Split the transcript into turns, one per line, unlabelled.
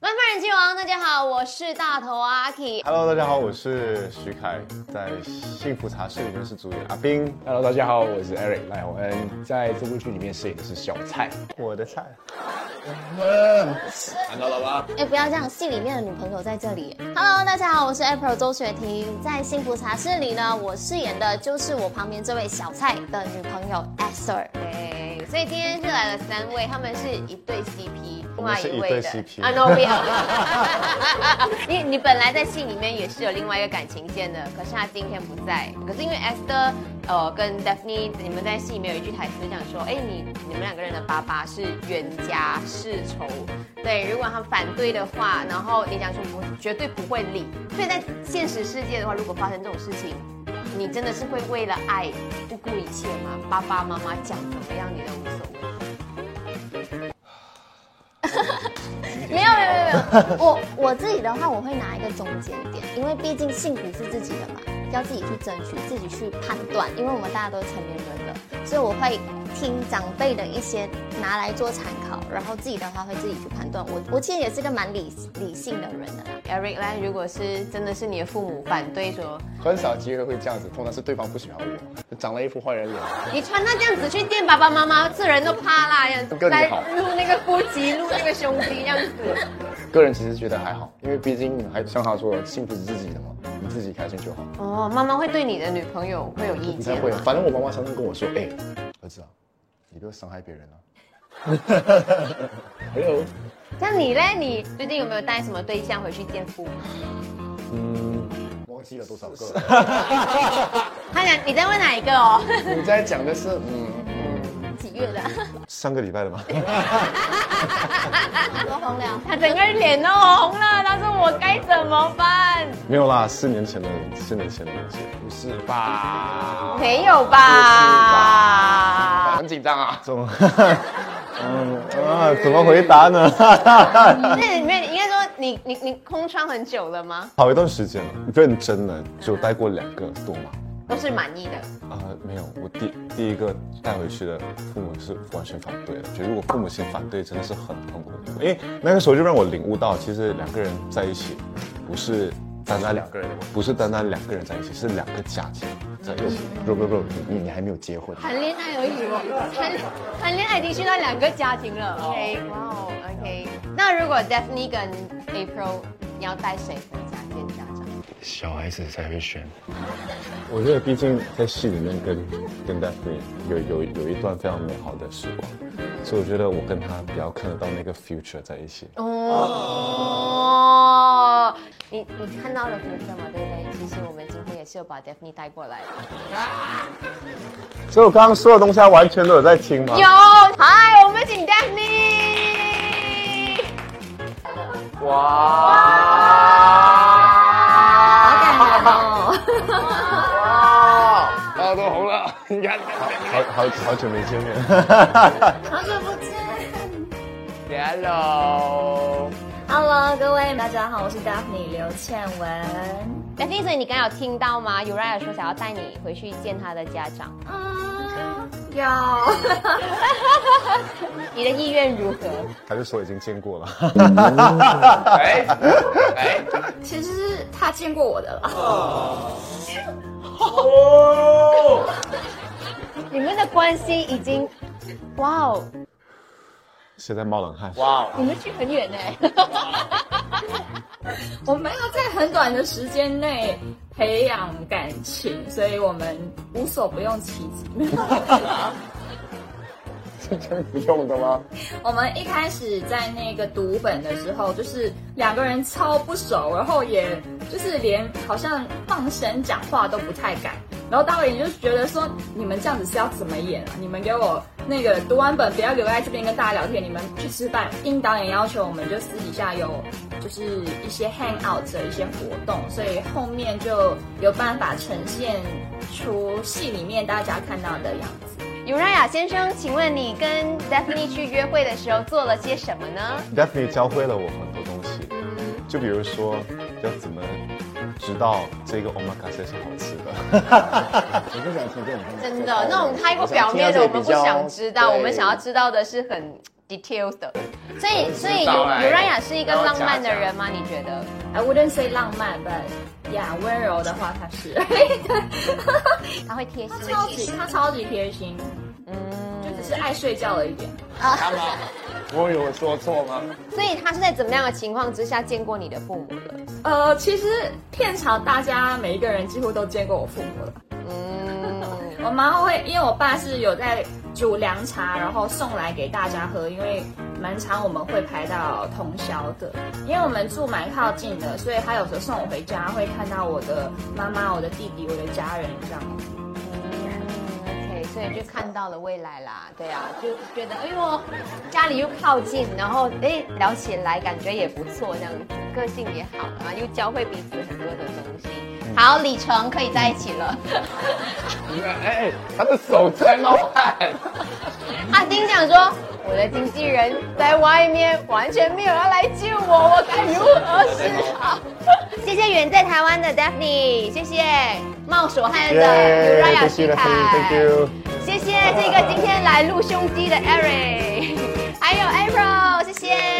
玩法人气王，大家好，我是大头阿 K。
Hello，大家好，我是徐凯，在幸福茶室里面是主演阿冰，
Hello，大家好，我是 Eric 赖宏恩，在这部剧里面饰演的是小蔡。
我的菜。
看到了吗？
哎，不要这样，戏里面的女朋友在这里。Hello，大家好，我是 April 周雪婷，在幸福茶室里呢，我饰演的就是我旁边这位小蔡的女朋友 Esther。对，所以今天是来了三位，他们是一对 CP，另
我们是一对 CP
啊，no 不要。 你你本来在戏里面也是有另外一个感情线的，可是他今天不在。可是因为 Esther 呃跟 Daphne 你们在戏里面有一句台词讲说，哎你你们两个人的爸爸是冤家世仇，对，如果他反对的话，然后你讲说我绝对不会理。所以在现实世界的话，如果发生这种事情。你真的是会为了爱不顾一切吗？爸爸妈妈讲怎么样你都无所谓。没有没有没有，我我自己的话，我会拿一个中间点，因为毕竟幸福是自己的嘛，要自己去争取，自己去判断，因为我们大家都是成年人了，所以我会听长辈的一些拿来做参考，然后自己的话会自己去判断。我我其实也是个蛮理理性的人啊的啦。
Eric 来，如果是真的是你的父母反对说，
很少机会会这样子，通常是对方不喜欢我，长了一副坏人脸。
你穿到这样子去见爸爸妈妈，这人都怕啦，这样子
哥你
来
好
录那个腹肌，录那个胸肌，这样 子。
个人其实觉得还好，因为毕竟还像他说的，幸福是自己的嘛，你自己开心就好。
哦，妈妈会对你的女朋友会有意
你才
见
会
吗？，
反正我妈妈常常跟我说，哎、儿子啊，你不要伤害别人 啊。Hello，
像你嘞，你最近有没有带什么对象回去见父母？
忘记了多少 个
他讲你在问哪一个哦？
了？你在讲的是嗯。
几月 了？
上个礼拜的吗？
多红了。
他整个脸都红了，他说我该怎么办？
没有啦，四年前的，四年前的东西。
不是吧？
没有
啊
吧？
很紧张啊！
这种， 嗯啊，怎么回答呢？
那里面应该说你你你空窗很久了吗？
好一段时间了，认真的就带过两个多嘛。
都是满意的。
啊、没有，我第第一个带回去的父母是完全反对的，觉得如果父母亲反对，真的是很痛苦的。因为那个时候就让我领悟到，其实两个人在一起，不是单单
两个人的问题
不是单单两个人在一起，是两个家庭在一起。
不不不，你你还没有结婚。
谈恋爱而已哦，谈恋谈恋爱已经去到两个家庭了。OK，哇哦，OK。那如果 Daphne 跟 April，你要带谁回家见家长？
小孩子才会选。
我觉得，毕竟在戏里面跟跟 Daphne 有有有一段非常美好的时光，所以我觉得我跟他比较看得到那个 future 在一起。
哦，你你看到了福生嘛，对不对？其实我们今天也是有把 Daphne 带过来的。
所以我刚刚说的东西，他完全都有在听吗
有，嗨，我们请 Daphne。
好
哇！
感人哦。
哇！大家啊都红了，你看，
好好好久没见面。
好久不见。
Hello，
Hello，各位大家好，我是 Daphne 刘倩文。
Daphne，所以你刚刚有听到吗？尤拉有说想要带你回去见他的家长，
嗯，有
你的意愿如何？
他就说已经见过了。
哎哎，
其实是他见过我的了。
你们的关系已经，哇哦，
现在冒冷汗。
哇哦！
你们去很远呢。
我们要在很短的时间内培养感情，所以我们无所不用其极。
是真不用的吗？
我们一开始在那个读本的时候，就是两个人超不熟，然后也就是连好像放声讲话都不太敢。然后导演就觉得说，你们这样子是要怎么演啊？你们给我那个读完本不要留在这边跟大家聊天，你们去吃饭。应导演要求，我们就私底下有就是一些 hang out 的一些活动，所以后面就有办法呈现出戏里面大家看到的样子。
尤拉雅先生，请问你跟 Daphne 去约会的时候做了些什么呢？
Daphne 教会了我很多东西，就比如说要怎么知道这个 omakase 是好吃的。
你不想听这种
真的，那种太过表面的我们不想知道，我们想要知道的是很 details 的。所以所以
我知道啦
Uraya 是一个浪漫的
然
人吗？你觉得？
I wouldn't say 浪漫，but yeah，温柔的话他是，
他会贴心
他超级他超级贴心，嗯，就只是爱睡觉了一点。
啊，
他吗？我有说错吗？
所以他是在怎么样的情况之下见过你的父母了？
呃，其实片场大家每一个人几乎都见过我父母了。
嗯，
我妈会，因为我爸是有在煮凉茶，然后送来给大家喝，因为蛮常我们会排到通宵的，因为我们住蛮靠近的，所以他有时候送我回家会看到我的妈妈、我的弟弟、我的家人这样。
OK，所以就看到了未来啦，对啊，就觉得哎呦，家里又靠近，然后哎聊起来感觉也不错，这样子个性也好啊，又教会彼此很多的东西。好，李晨可以在一起了。
哎，他的手在冒汗。
阿丁讲说，我的经纪人在外面完全没有要来救我，我该如何是好？ 谢谢远在台湾的 Daphne，谢谢冒手汉的 Uraya 徐凯
Thank you。
谢谢这个今天来录胸肌的 Eric，还有 April，谢谢。